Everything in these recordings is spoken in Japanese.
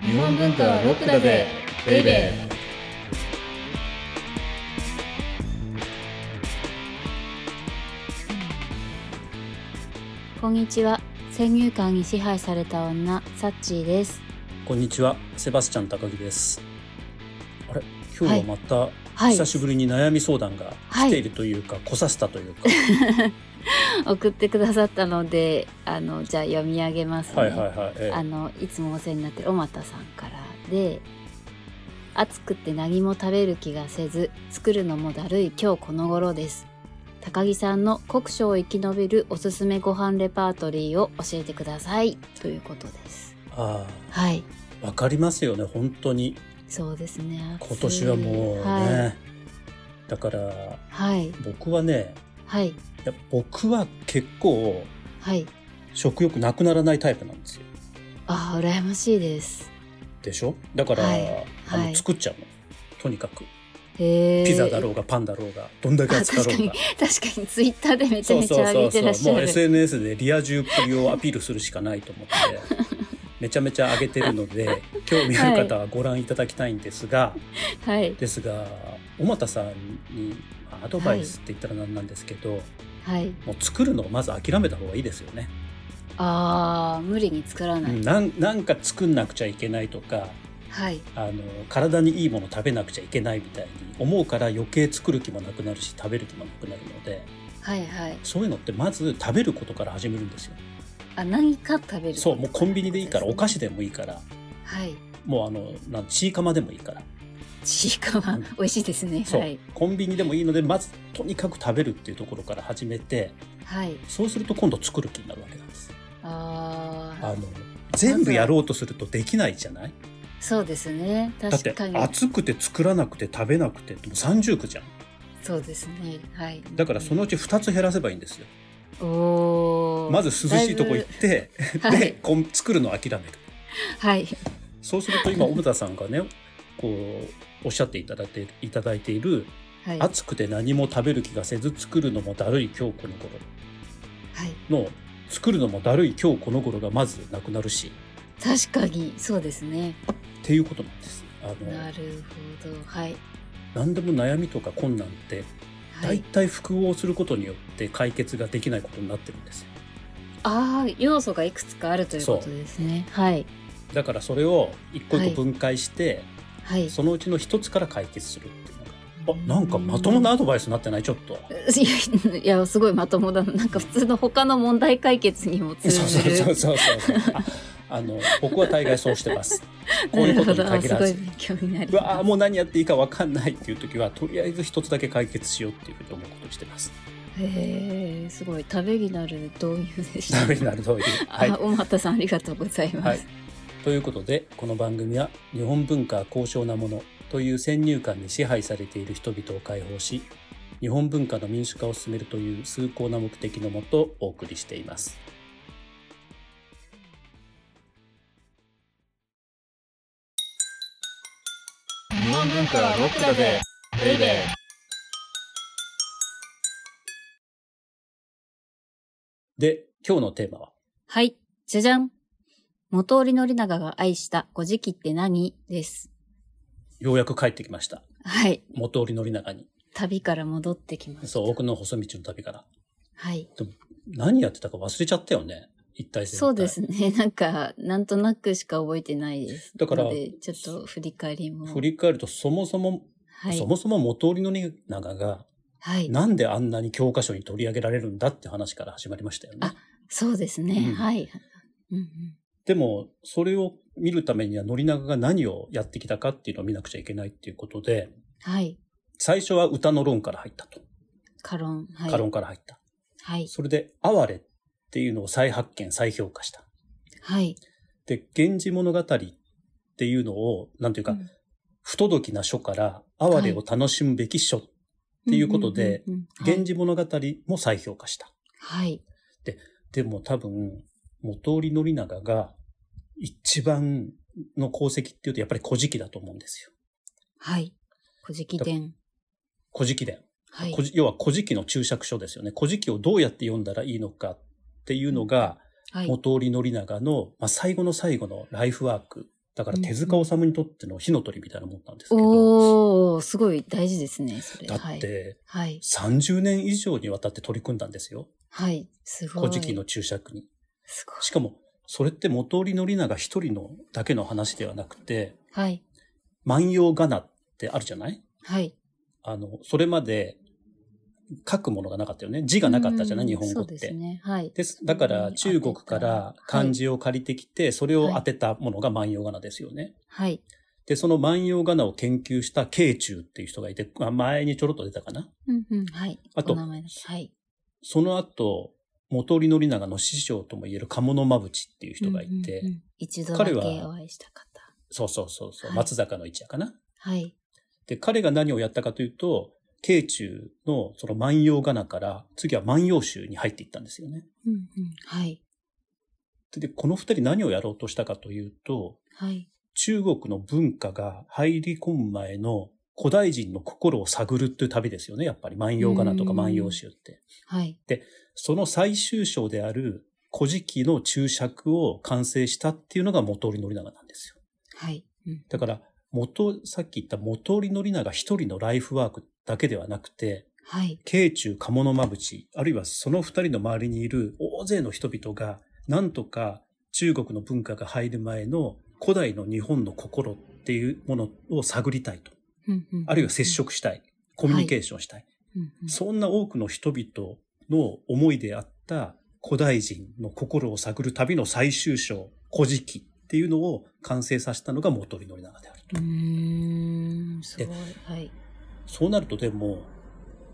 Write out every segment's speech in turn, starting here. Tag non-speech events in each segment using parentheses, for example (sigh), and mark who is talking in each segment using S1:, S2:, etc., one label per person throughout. S1: 日本文化はロックだぜベイベー
S2: こんにちは先入観に支配された女サッチーです
S3: こんにちは、セバスチャン高木です。あれ、今日はまた、
S2: はい
S3: 久しぶりに悩み相談が
S2: はい
S3: 来ているというか、来させたと
S2: (laughs)
S3: いうか、
S2: 送ってくださったのであのじゃあ読み上げますね、
S3: はいはいはい、ええ
S2: あのいつもお世話になってる尾又さんからで暑くて何も食べる気がせず作るのもだるい今日この頃です高木さんの酷暑を生き延びるおすすめご飯レパートリーを教えてくださいということです
S3: あ
S2: はい
S3: あ、わかりますよね、本当に。
S2: そうですね暑い
S3: 今年はもうね、
S2: はい
S3: だから、
S2: はい
S3: 僕はね、
S2: はい
S3: いや僕は結構、
S2: はい
S3: 食欲なくならないタイプなんですよ。
S2: あー羨ましいです
S3: でしょだから、
S2: はい
S3: あの
S2: はい
S3: 作っちゃうの。とにかく、
S2: へー
S3: ピザだろうがパンだろうが、どんだけ暑かろうが。
S2: 確かにツイッターでめちゃ
S3: そう
S2: めち
S3: そう
S2: ゃ上
S3: そ
S2: げ
S3: うそ
S2: てらっ
S3: う
S2: し
S3: も
S2: ゃ
S3: う
S2: る
S3: SNS でリア充っぷりをアピールするしかないと思ってめちゃめちゃ上げてるの
S2: (laughs)
S3: で興味ある方はご覧いただきたいんですが、
S2: はい
S3: ですが小俣さんにまあアドバイスって言ったらなんなんですけど、
S2: はい
S3: もう作るのをまず諦めた方がいいですよね、
S2: あー無理に作らない、
S3: うんなんなんか作んなくちゃいけないとか
S2: はい
S3: あの体にいいもの食べなくちゃいけないみたいに思うから余計作る気もなくなるし食べる気もなくなるので
S2: はいはい
S3: そういうのってまず食べることから始めるんですよ
S2: あ何か食べる
S3: そうもうコンビニでいいからお菓子
S2: で
S3: でもいいから
S2: はい
S3: もうあのなんチーカマでもいいから
S2: チーカは
S3: うん
S2: 美味しいですね
S3: そう、
S2: はい
S3: コンビニでもいいのでまずとにかく食べるっていうところから始めて
S2: はい
S3: そうすると今度作る気になるわけなんです
S2: あ
S3: あ
S2: ー
S3: の全部やろうとするとできないじゃない
S2: そうですね
S3: だって
S2: 確かに
S3: 暑くて作らなくて食べなくてってもう30区じゃん
S2: そうですねはい
S3: だからそのうち2つ減らせばいいんですよ
S2: おー
S3: まず涼しいとこ行って
S2: だいぶは
S3: で
S2: い、
S3: こん作るの諦める
S2: はい、
S3: そうすると今小田さんがねこうおっしゃっていただいていただいている
S2: はいはい
S3: 暑くて何も食べる気がせず作るのもだるい今日この頃の作るのもだるい今日この頃がまずなくなるし
S2: 確かにそうですね
S3: っていうことなんですあの
S2: なるほどはい
S3: 何でも悩みとか困難って
S2: は
S3: 大
S2: い
S3: 体複合することによって解決ができないことになってるんですよ
S2: ああ要素がいくつかあるということですねはい
S3: だからそれを一個一個分解して、
S2: はい
S3: そのうちの一つから解決するっていうのがあなんかまともなアドバイスになってないちょっと
S2: (laughs) いやいやすごいまともだななんか普通の他の問題解決にも通
S3: そう
S2: じ
S3: そ
S2: る
S3: うそうそうそうああの僕は大概そうして
S2: (laughs)
S3: ますこういうことに
S2: なるほ
S3: 限
S2: ど
S3: ら
S2: すご (laughs)
S3: ず
S2: い勉強になり
S3: うわあ
S2: ま
S3: もう何やっていいか分かんないっていう時はとりあえず一つだけ解決しようっていうふうに思うことにし
S2: (laughs)
S3: てます。
S2: すへえすごいためになる導入でした
S3: ダメになる通り。はい
S2: あ、。大俣さんありがとうございます、
S3: はい、ということでこの番組は日本文化は高尚なものという先入観に支配されている人々を解放し日本文化の民主化を進めるという崇高な目的のもとお送りしています。
S1: 日本文化はロックだぜベイベー
S3: で今日のテーマは
S2: はい、じゃじゃん元織宣長が愛した「古事記って何?」です
S3: ようやく帰ってきました
S2: はい
S3: 元織宣長に
S2: 旅から戻ってきました
S3: そう奥の細道の旅から
S2: はい
S3: 何やってたか忘れちゃったよね一体全体
S2: そうですね (laughs) なんかなんとなくしか覚えてないです
S3: だから
S2: のでちょっと振り返りも
S3: 振り返るとそもそも、
S2: はい
S3: そもそも元織宣長が
S2: はい
S3: なんであんなに教科書に取り上げられるんだって話から始まりましたよね。
S2: あそうですね、
S3: うん
S2: はい、うんうん、
S3: でも、それを見るためには、宣長が何をやってきたかっていうのを見なくちゃいけないっていうことで、
S2: はい
S3: 最初は歌の論から入ったと。
S2: カロンはい
S3: 歌論から入った。
S2: はい
S3: それで、哀れっていうのを再発見、再評価した。
S2: はい
S3: で、源氏物語っていうのを、なんていうか、
S2: うん
S3: 不届きな書から、哀れを楽しむべき書、ていうことで
S2: うんうんうんうん
S3: 源氏物語も再評価した。
S2: はい
S3: でも多分、元織宣長が一番の功績っていうと、やっぱり古事記だと思うんですよ。
S2: はい古事記伝
S3: 古事記伝。
S2: はい
S3: 古事要は古事記の注釈書ですよね。古事記をどうやって読んだらいいのかっていうのが、
S2: はい
S3: 元織宣長の、まあ、最後の最後のライフワークだから手塚治虫にとっての火の鳥みたいなもんなんですけど、
S2: おー、すごい大事ですね、それ。
S3: だ
S2: は
S3: っ
S2: い。
S3: て
S2: はい。
S3: 30年以上にわたって取り組んだんですよ。
S2: はい。すごい。
S3: 古事記の注釈に。
S2: すごい。
S3: しかも、それって元織宣長一人のだけの話ではなくて、
S2: はい。
S3: 万葉仮名ってあるじゃない
S2: はい。
S3: あの、それまで書くものがなかったよね。字がなかったじゃない
S2: うん
S3: 日本語
S2: そ
S3: っ
S2: う
S3: て。
S2: ですね。はい。
S3: です。だから中国から漢字を借りてきて、それを当てたものが万葉仮名ですよね。
S2: はい。
S3: で、その万葉仮名を研究した慶中っていう人がいて、まあ前にちょろっと出たかな。
S2: うんうん。はい。
S3: あと
S2: お名前だけはい。
S3: その後、元織宣長の師匠とも言える鴨の間淵っていう人がいて、
S2: うんうんうん一度だけ
S3: 彼
S2: お
S3: は
S2: 会いした方。
S3: そうそうそうそう、
S2: はい
S3: 松坂の一夜かな。
S2: はい。
S3: で、彼が何をやったかというと、慶中のその万葉仮名から、次は万葉集に入っていったんですよね。
S2: うんうん。はい。
S3: で、この二人何をやろうとしたかというと、
S2: はい。
S3: 中国の文化が入り込む前の古代人の心を探るという旅ですよね、やっぱり。万葉仮名とか
S2: うん
S3: 万葉集って。
S2: はい。
S3: その最終章である古事記の注釈を完成したっていうのが元織宣長なんですよ。
S2: はい。うん
S3: だから、元、さっき言った元織宣長一人のライフワークだけではなくて、
S2: はい。
S3: 慶中鴨の間淵、あるいはその二人の周りにいる大勢の人々が、なんとか中国の文化が入る前の古代の日本の心っていうものを探りたいと。
S2: うんうん
S3: あるいは接。触したい。コミュニケーションしたい。
S2: うんうん
S3: そんな多くの人々の思いであった古代人の心を探る旅の最終章、古事記っていうのを完成させたのが元利のり長であると。
S2: うーん。すごい。はい。
S3: そうなるとでも、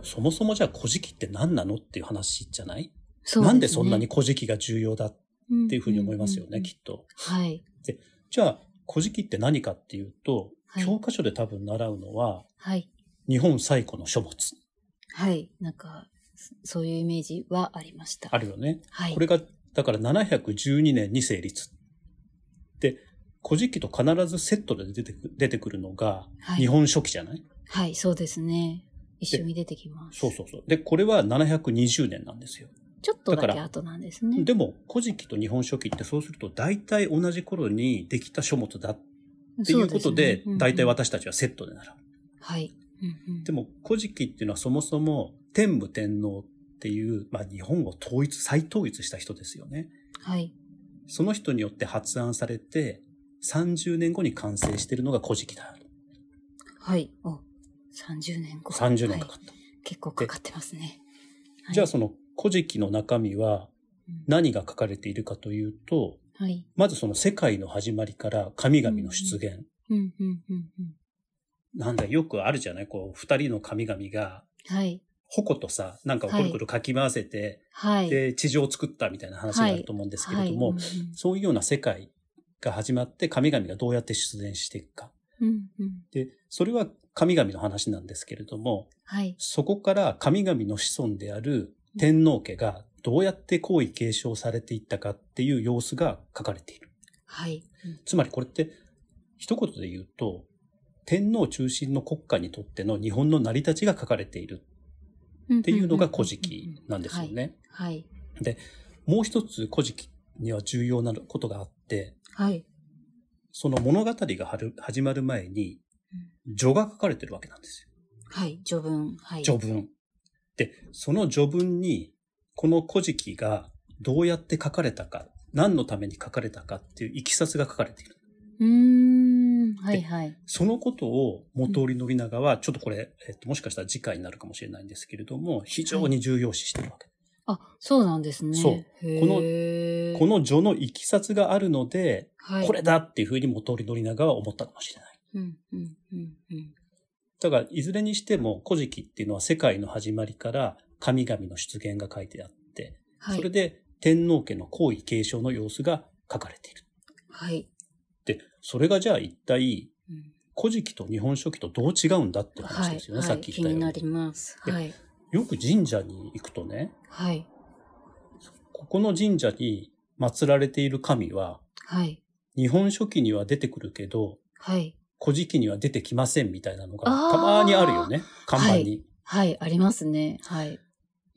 S3: そもそもじゃあ古事記って何なのっていう話じゃない
S2: そ
S3: なんでそんなに古事記が重要だっていうふうに思いますよね、
S2: うんうんうん
S3: きっと。
S2: はい。
S3: じゃあ、古事記って何かっていうと、
S2: はい
S3: 教科書で多分習うのは、
S2: はい。
S3: 日本最古の書物。
S2: はい。なんか、そそういうイメージはありました。
S3: あるよね。
S2: はい。
S3: これが、だから712年に成立。で、古事記と必ずセットで出てく出てくるのが、
S2: はい
S3: 日本書紀じゃない、
S2: はい、そうですね。一緒に出てきます。
S3: そうそうそう。で、これは720年なんですよ。
S2: ちょっとだ
S3: だか
S2: け
S3: ら
S2: 後なんですね。
S3: でも、古事記と日本書紀ってそうすると、大体同じ頃にできた書物だっていうことで、
S2: そうすね
S3: 大
S2: うん
S3: 体。
S2: うん
S3: 私たちはセットで習う。
S2: はい。うんうん
S3: でも、古事記っていうのはそもそも天武天皇っていう、まあ日本を統一、再統一した人ですよね。
S2: はい。
S3: その人によって発案されて、30年後に完成しているのが古事記だ。
S2: はい。お、30年後。
S3: 30年かか
S2: は
S3: った。
S2: い結構かかってますね。はい
S3: じゃあその古事記の中身は
S2: うん
S3: 何が書かれているかというと、
S2: はい。
S3: まずその世界の始まりから神々の出現。
S2: うんうんうんうん。
S3: なんだ、よくあるじゃないこう、二人の神々が、
S2: はい。
S3: 矛とさ、なんかをくるくるかき回せて、
S2: はい。
S3: で、地上を作ったみたいな話があると思うんですけれども、
S2: はい
S3: そういうような世界が始まって神々がどうやって出現していくか。
S2: うんうんうんうん
S3: で、それは神々の話なんですけれども、
S2: はい。
S3: そこから神々の子孫である天皇家がどうやって皇位継承されていったかっていう様子が書かれている。
S2: はい。うん
S3: つまりこれって一言で言うと、天皇中心の国家にとっての日本の成り立ちが書かれているっていうのが古事記なんですよね。。
S2: はい。
S3: もう一つ古事記には重要なことがあって、
S2: はい。
S3: その物語がはる始まる前に、序が書かれてるわけなんです
S2: はい。序文。はい。
S3: よ。序文。で、その序文に、この古事記がどうやって書かれたか、何のために書かれたかっていういきさつが書かれている。
S2: うーん。はいはい。
S3: そのことを元織宣長は、ちょっとこれ、えっと、もしかしたら次回になるかもしれないんですけれども、非常に重要視してるわけ。
S2: あ、そうなんですね。
S3: そう
S2: へー。
S3: ここの序のいきさつがあるので、
S2: はい、
S3: これだっていうふうに元織宣長は思ったかもしれない。
S2: うんうんうんうん。
S3: だから、いずれにしても、古事記っていうのは世界の始まりから神々の出現が書いてあって、
S2: はい。
S3: それで天皇家の皇位継承の様子が書かれている。
S2: はい。
S3: で、それがじゃあ一体、
S2: うん
S3: 古事記と日本書紀とどう違うんだって話ですよね、
S2: はい
S3: さっき言ったように。
S2: はい、気になります。
S3: で
S2: はい。
S3: よく神社に行くとね、
S2: はい。
S3: ここの神社に祀られている神は、
S2: はい。
S3: 日本書紀には出てくるけど、
S2: はい。
S3: 古事記には出てきませんみたいなのが
S2: あー
S3: たまにあるよね、看板に。
S2: はい。ありますね。はい。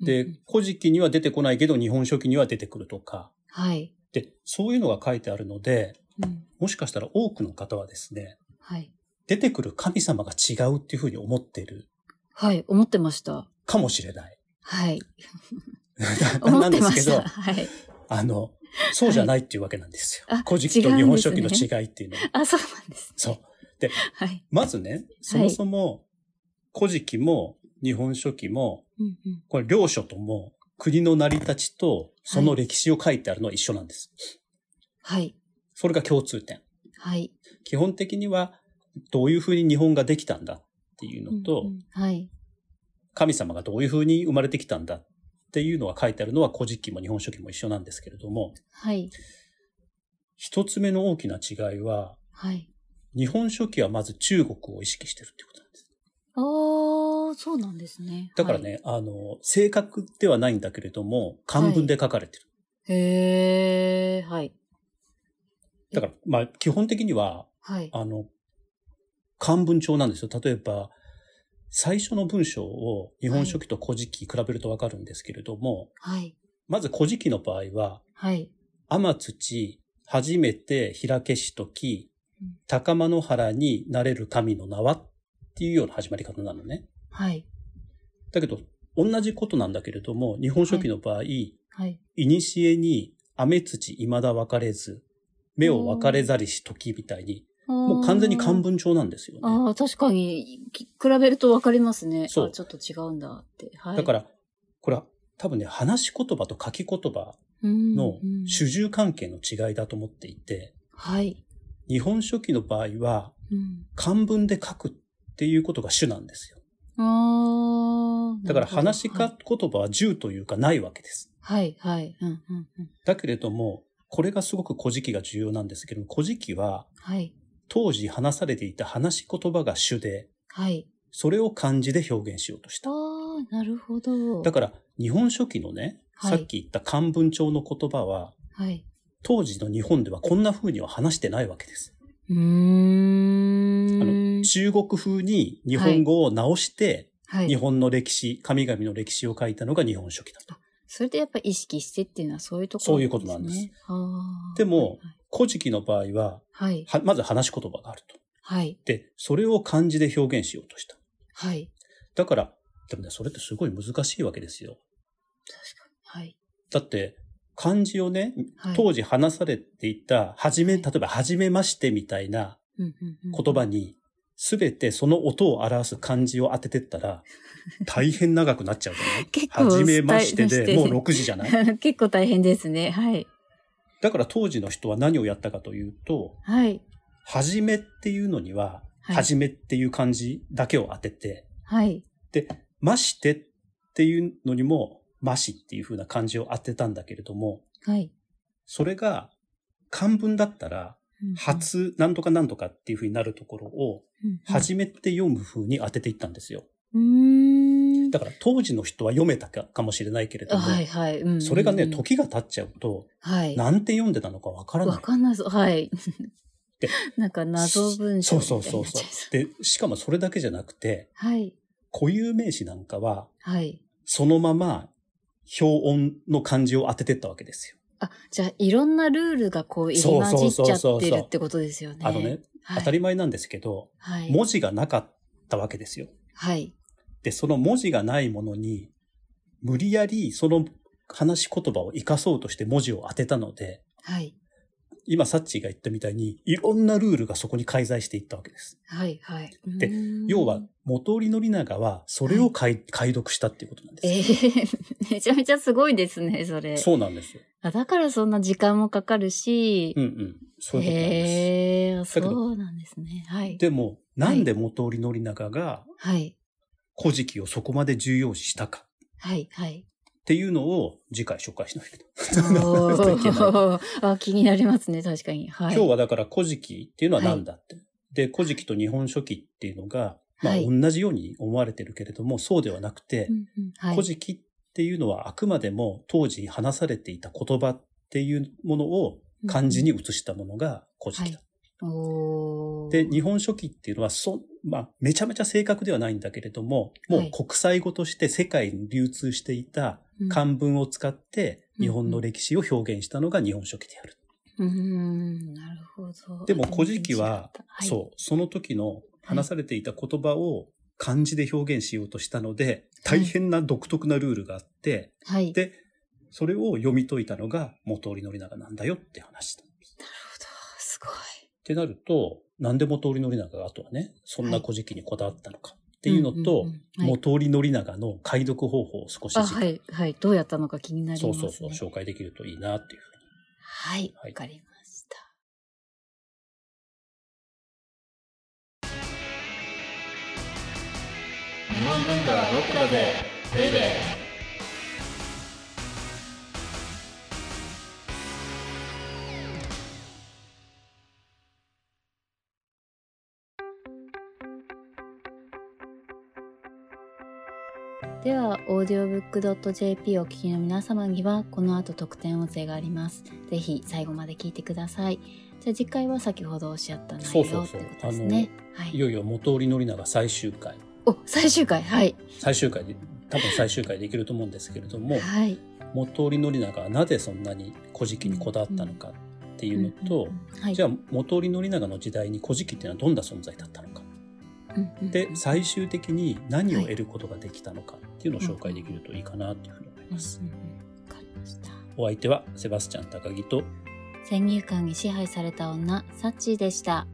S3: で
S2: うんうん、
S3: 古事記には出てこないけど、日本書紀には出てくるとか。
S2: はい。
S3: で、そういうのが書いてあるので、
S2: うん
S3: もしかしたら多くの方はですね、
S2: はい。
S3: 出てくる神様が違うっていうふうに思っている
S2: はい、思ってました。
S3: かもしれない。
S2: はい。(laughs)
S3: (laughs) な
S2: 思
S3: な
S2: っ
S3: ん
S2: て
S3: で
S2: ます
S3: け
S2: し
S3: ど
S2: た。、はい。
S3: あの、そうじゃないっていうわけなんですよ。
S2: あ
S3: 古事記と
S2: 違
S3: 日
S2: うん
S3: 本
S2: です
S3: 書
S2: ね
S3: 紀の違いっていうのは。
S2: あ、そうなんです。
S3: そう。
S2: はい。
S3: まずね、そもそも、古事記も日本書紀も、
S2: うんうん。
S3: これ両書とも国の成り立ちとその歴史を書いてあるのは一緒なんです。
S2: はい。
S3: それが共通点。
S2: はい。
S3: 基本的には、どういうふうに日本ができたんだっていうのと、
S2: うんうんはい。
S3: 神様がどういうふうに生まれてきたんだっていうのが書いてあるのは古事記も日本書紀も一緒なんですけれども、
S2: はい。
S3: 一つ目の大きな違いは、
S2: はい。
S3: 日本書紀はまず中国を意識してるってことなんです。
S2: ああ、そうなんですね。
S3: だから
S2: はい。
S3: ね、あの、正確ではないんだけれども、漢文で書かれてる。
S2: へえ、はい。
S3: だから、まあ、基本的には、
S2: はい。
S3: あの、漢文帳なんですよ。例えば、最初の文章を日本書紀と古事記比べるとわかるんですけれども、
S2: はい。
S3: まず古事記の場合は、
S2: はい。
S3: 天土、初めて開けしとき
S2: うん、
S3: 高間の原になれる神の名はっていうような始まり方なのね。
S2: はい。
S3: だけど、同じことなんだけれども、日本書紀の場合、
S2: はい。
S3: いにしえに雨土未だ分かれず、目を分かれざりし時みたいに、も
S2: も
S3: う完全に漢文帳なんですよね。
S2: ああ、確かに、き比べるとわかりますね。
S3: そう
S2: あちょっと違うんだって。はい。、
S3: だからら、これは多分ね、話し言葉と書き言葉の
S2: の
S3: 主従関係の違いだと思っていて、
S2: はい。
S3: 日本書紀の場合は、
S2: うん
S3: 漢文で書くっていうことが主なんですよ。
S2: ああ。
S3: だか
S2: なる
S3: ら
S2: ほど
S3: 話しか。言葉は10というかないわけです。
S2: はい、はい。うん、うん、うん。
S3: だけれども、これがすごく古事記が重要なんですけども、古事記は
S2: はい。
S3: 当時話されていた話し言葉が主で、
S2: はい。
S3: それを漢字で表現しようとした。
S2: ああ、なるほど。
S3: だから、日本書紀のね、
S2: はい
S3: さっき言った漢文帳の言葉は、
S2: はい。
S3: 当時の日本ではこんな風には話してないわけです。
S2: うーん。
S3: あの、中国風に日本語を直して、
S2: はい。
S3: 日本の歴史、神々の歴史を書いたのが日本書紀だと。
S2: それでやっぱ意識してっていうのはそういうところ
S3: そういうことなんです
S2: ね。あー
S3: でも、古事記の場合は、
S2: はい、
S3: はまず話し言葉があると。
S2: はい、
S3: で、それを漢字で表現しようとした。
S2: はい。
S3: だから、でもね、それってすごい難しいわけですよ。
S2: はい、
S3: だって、漢字をね、
S2: はい。
S3: 当時話されていた、はじめ、例えば、はじめましてみたいな
S2: うんうんうん
S3: 言葉に、すべてその音を表す漢字を当ててっ
S2: (laughs)
S3: たら、大変長くなっちゃうじゃない
S2: 結構
S3: はじめまして
S2: スタイ
S3: で、
S2: ル
S3: も
S2: し
S3: う
S2: て
S3: 6時じゃない
S2: (laughs) 結構大変ですね。はい、
S3: だから当時の人は何をやったかというと、
S2: はい、
S3: はじめっていうのには、
S2: はい
S3: はじめっていう漢字だけを当てて、
S2: はい、
S3: ましてっていうのにも、ましっていう風な漢字を当てたんだけれども、
S2: はい。
S3: それが漢文だったら、
S2: うんうん、
S3: 初なんとかなんとかっていう風になるところを、
S2: うんうん、
S3: はじめって読む風に当てていったんですよ。
S2: うーん。
S3: だから当時の人は読めたかかもしれないけれど
S2: あ
S3: も、
S2: はい、はい。うんうんうん
S3: それがね、、時が経っちゃうと、
S2: はい。
S3: なんて読んでたのかわからな
S2: わ
S3: い。
S2: かんないぞ。はい
S3: で。
S2: (laughs) なんか謎文章
S3: そう
S2: みたい
S3: そ
S2: に
S3: うそう
S2: なっち
S3: そ
S2: ゃ
S3: う
S2: いそ。
S3: で、しかもそれだけじゃなくて、
S2: う。はい、
S3: 固有名詞なんかは、
S2: はい。
S3: そのまま表音の漢字を当ててったわけですよ。
S2: あ、じゃあ、いろんなルールがこう、入り混じっちゃってるってことですよね。
S3: あのね、
S2: はい、
S3: 当たり前なんですけど、
S2: はい。
S3: 文字がなかったわけですよ。
S2: はい。
S3: で、その文字がないものに、無理やりその話し言葉を生かそうとして文字を当てたので、
S2: はい。
S3: 今、サッチーが言ったみたいに、いろんなルールがそこに介在していったわけです。
S2: はい。はい。
S3: で
S2: うーん
S3: 要は、、元織宣長は、それを解,、解読したっていうことなんで
S2: えー (laughs) めちゃめちゃすごいですね、それ。
S3: す。そうなんですよ。
S2: あだからそんな時間もかかるし、
S3: うんうん。そういうことなんで
S2: へえー、
S3: だけど
S2: そうなんですね。はい
S3: す。。でも、なんで元織宣長が、
S2: はい。
S3: 古事記をそこまで重要視したか
S2: はい。
S3: (laughs)
S2: はい。
S3: っていうのを、次回紹介しないけど。
S2: お
S3: いけ (laughs) ない
S2: ー (laughs) あ気になりますね、確かに。はい。
S3: 今
S2: は。
S3: 日はだから古事記っていうのは何だって。で、古事記と日本書紀っていうのが、まあ
S2: はい
S3: 同じように思われてるけれども、そうではなくて、
S2: うんうん、はい。
S3: 古事記っていうのはあくまでも当時話されていた言葉っていうものを漢字に移したものが古事記だ。
S2: おー
S3: で、日本書紀っていうのはそ、まあ、めちゃめちゃ正確ではないんだけれども、もう
S2: はい
S3: 国際語として世界に流通していた
S2: うん
S3: 漢文を使って
S2: うん
S3: 日本の歴史を表現したのが日本書紀である。
S2: うーん、なるほど。
S3: でも古事記は
S2: 全然違った、はい、
S3: そう、その時の話されていた言葉を漢字で表現しようとしたので、
S2: はい
S3: 大変な独特なルールがあって、
S2: はい。
S3: で、それを読み解いたのが元織宣長なんだよって話だ。っ
S2: すごい。
S3: てなると、なんで元織宣長があとはね、そんな古事記にこだわったのかっていうのと、
S2: うんうんうんはい
S3: 元織宣長の解読方法を少し
S2: あ、
S3: 時間
S2: はい、はい。どうやったのか気になります
S3: そ
S2: ね。
S3: うそうそう、紹介できるといいなっていうふうに。
S2: はい、
S3: はい
S2: わかりました。
S1: 日本文化はロックだぜベイベー
S2: では、audiobook.jp をお聞きの皆様には、この後特典音声があります。ぜひ、最後まで聞いてください。じゃあ、次回は先ほどおっしゃった内
S3: そうそ
S2: 容
S3: う
S2: っ
S3: そ
S2: て
S3: う
S2: ことですね。はいい。
S3: よいよ元織宣長最終回、
S2: お、最終回はい。
S3: 最終回で、多分最終回できると思うんですけれども、
S2: はい。
S3: 元織宣長がなぜそんなに古事記にこだわったのかっていうのと、
S2: うんうんうんはい、
S3: じゃあ元織宣長の時代に古事記っていうのはどんな存在だったのか
S2: うんうんうん
S3: で最終的に何を得ることができたのかっていうのを紹介できるといいかなというふうに思います。
S2: うんうんうんわかりました。
S3: お相手はセバスチャン高木と
S2: 先入観に支配された女、サッチーでした。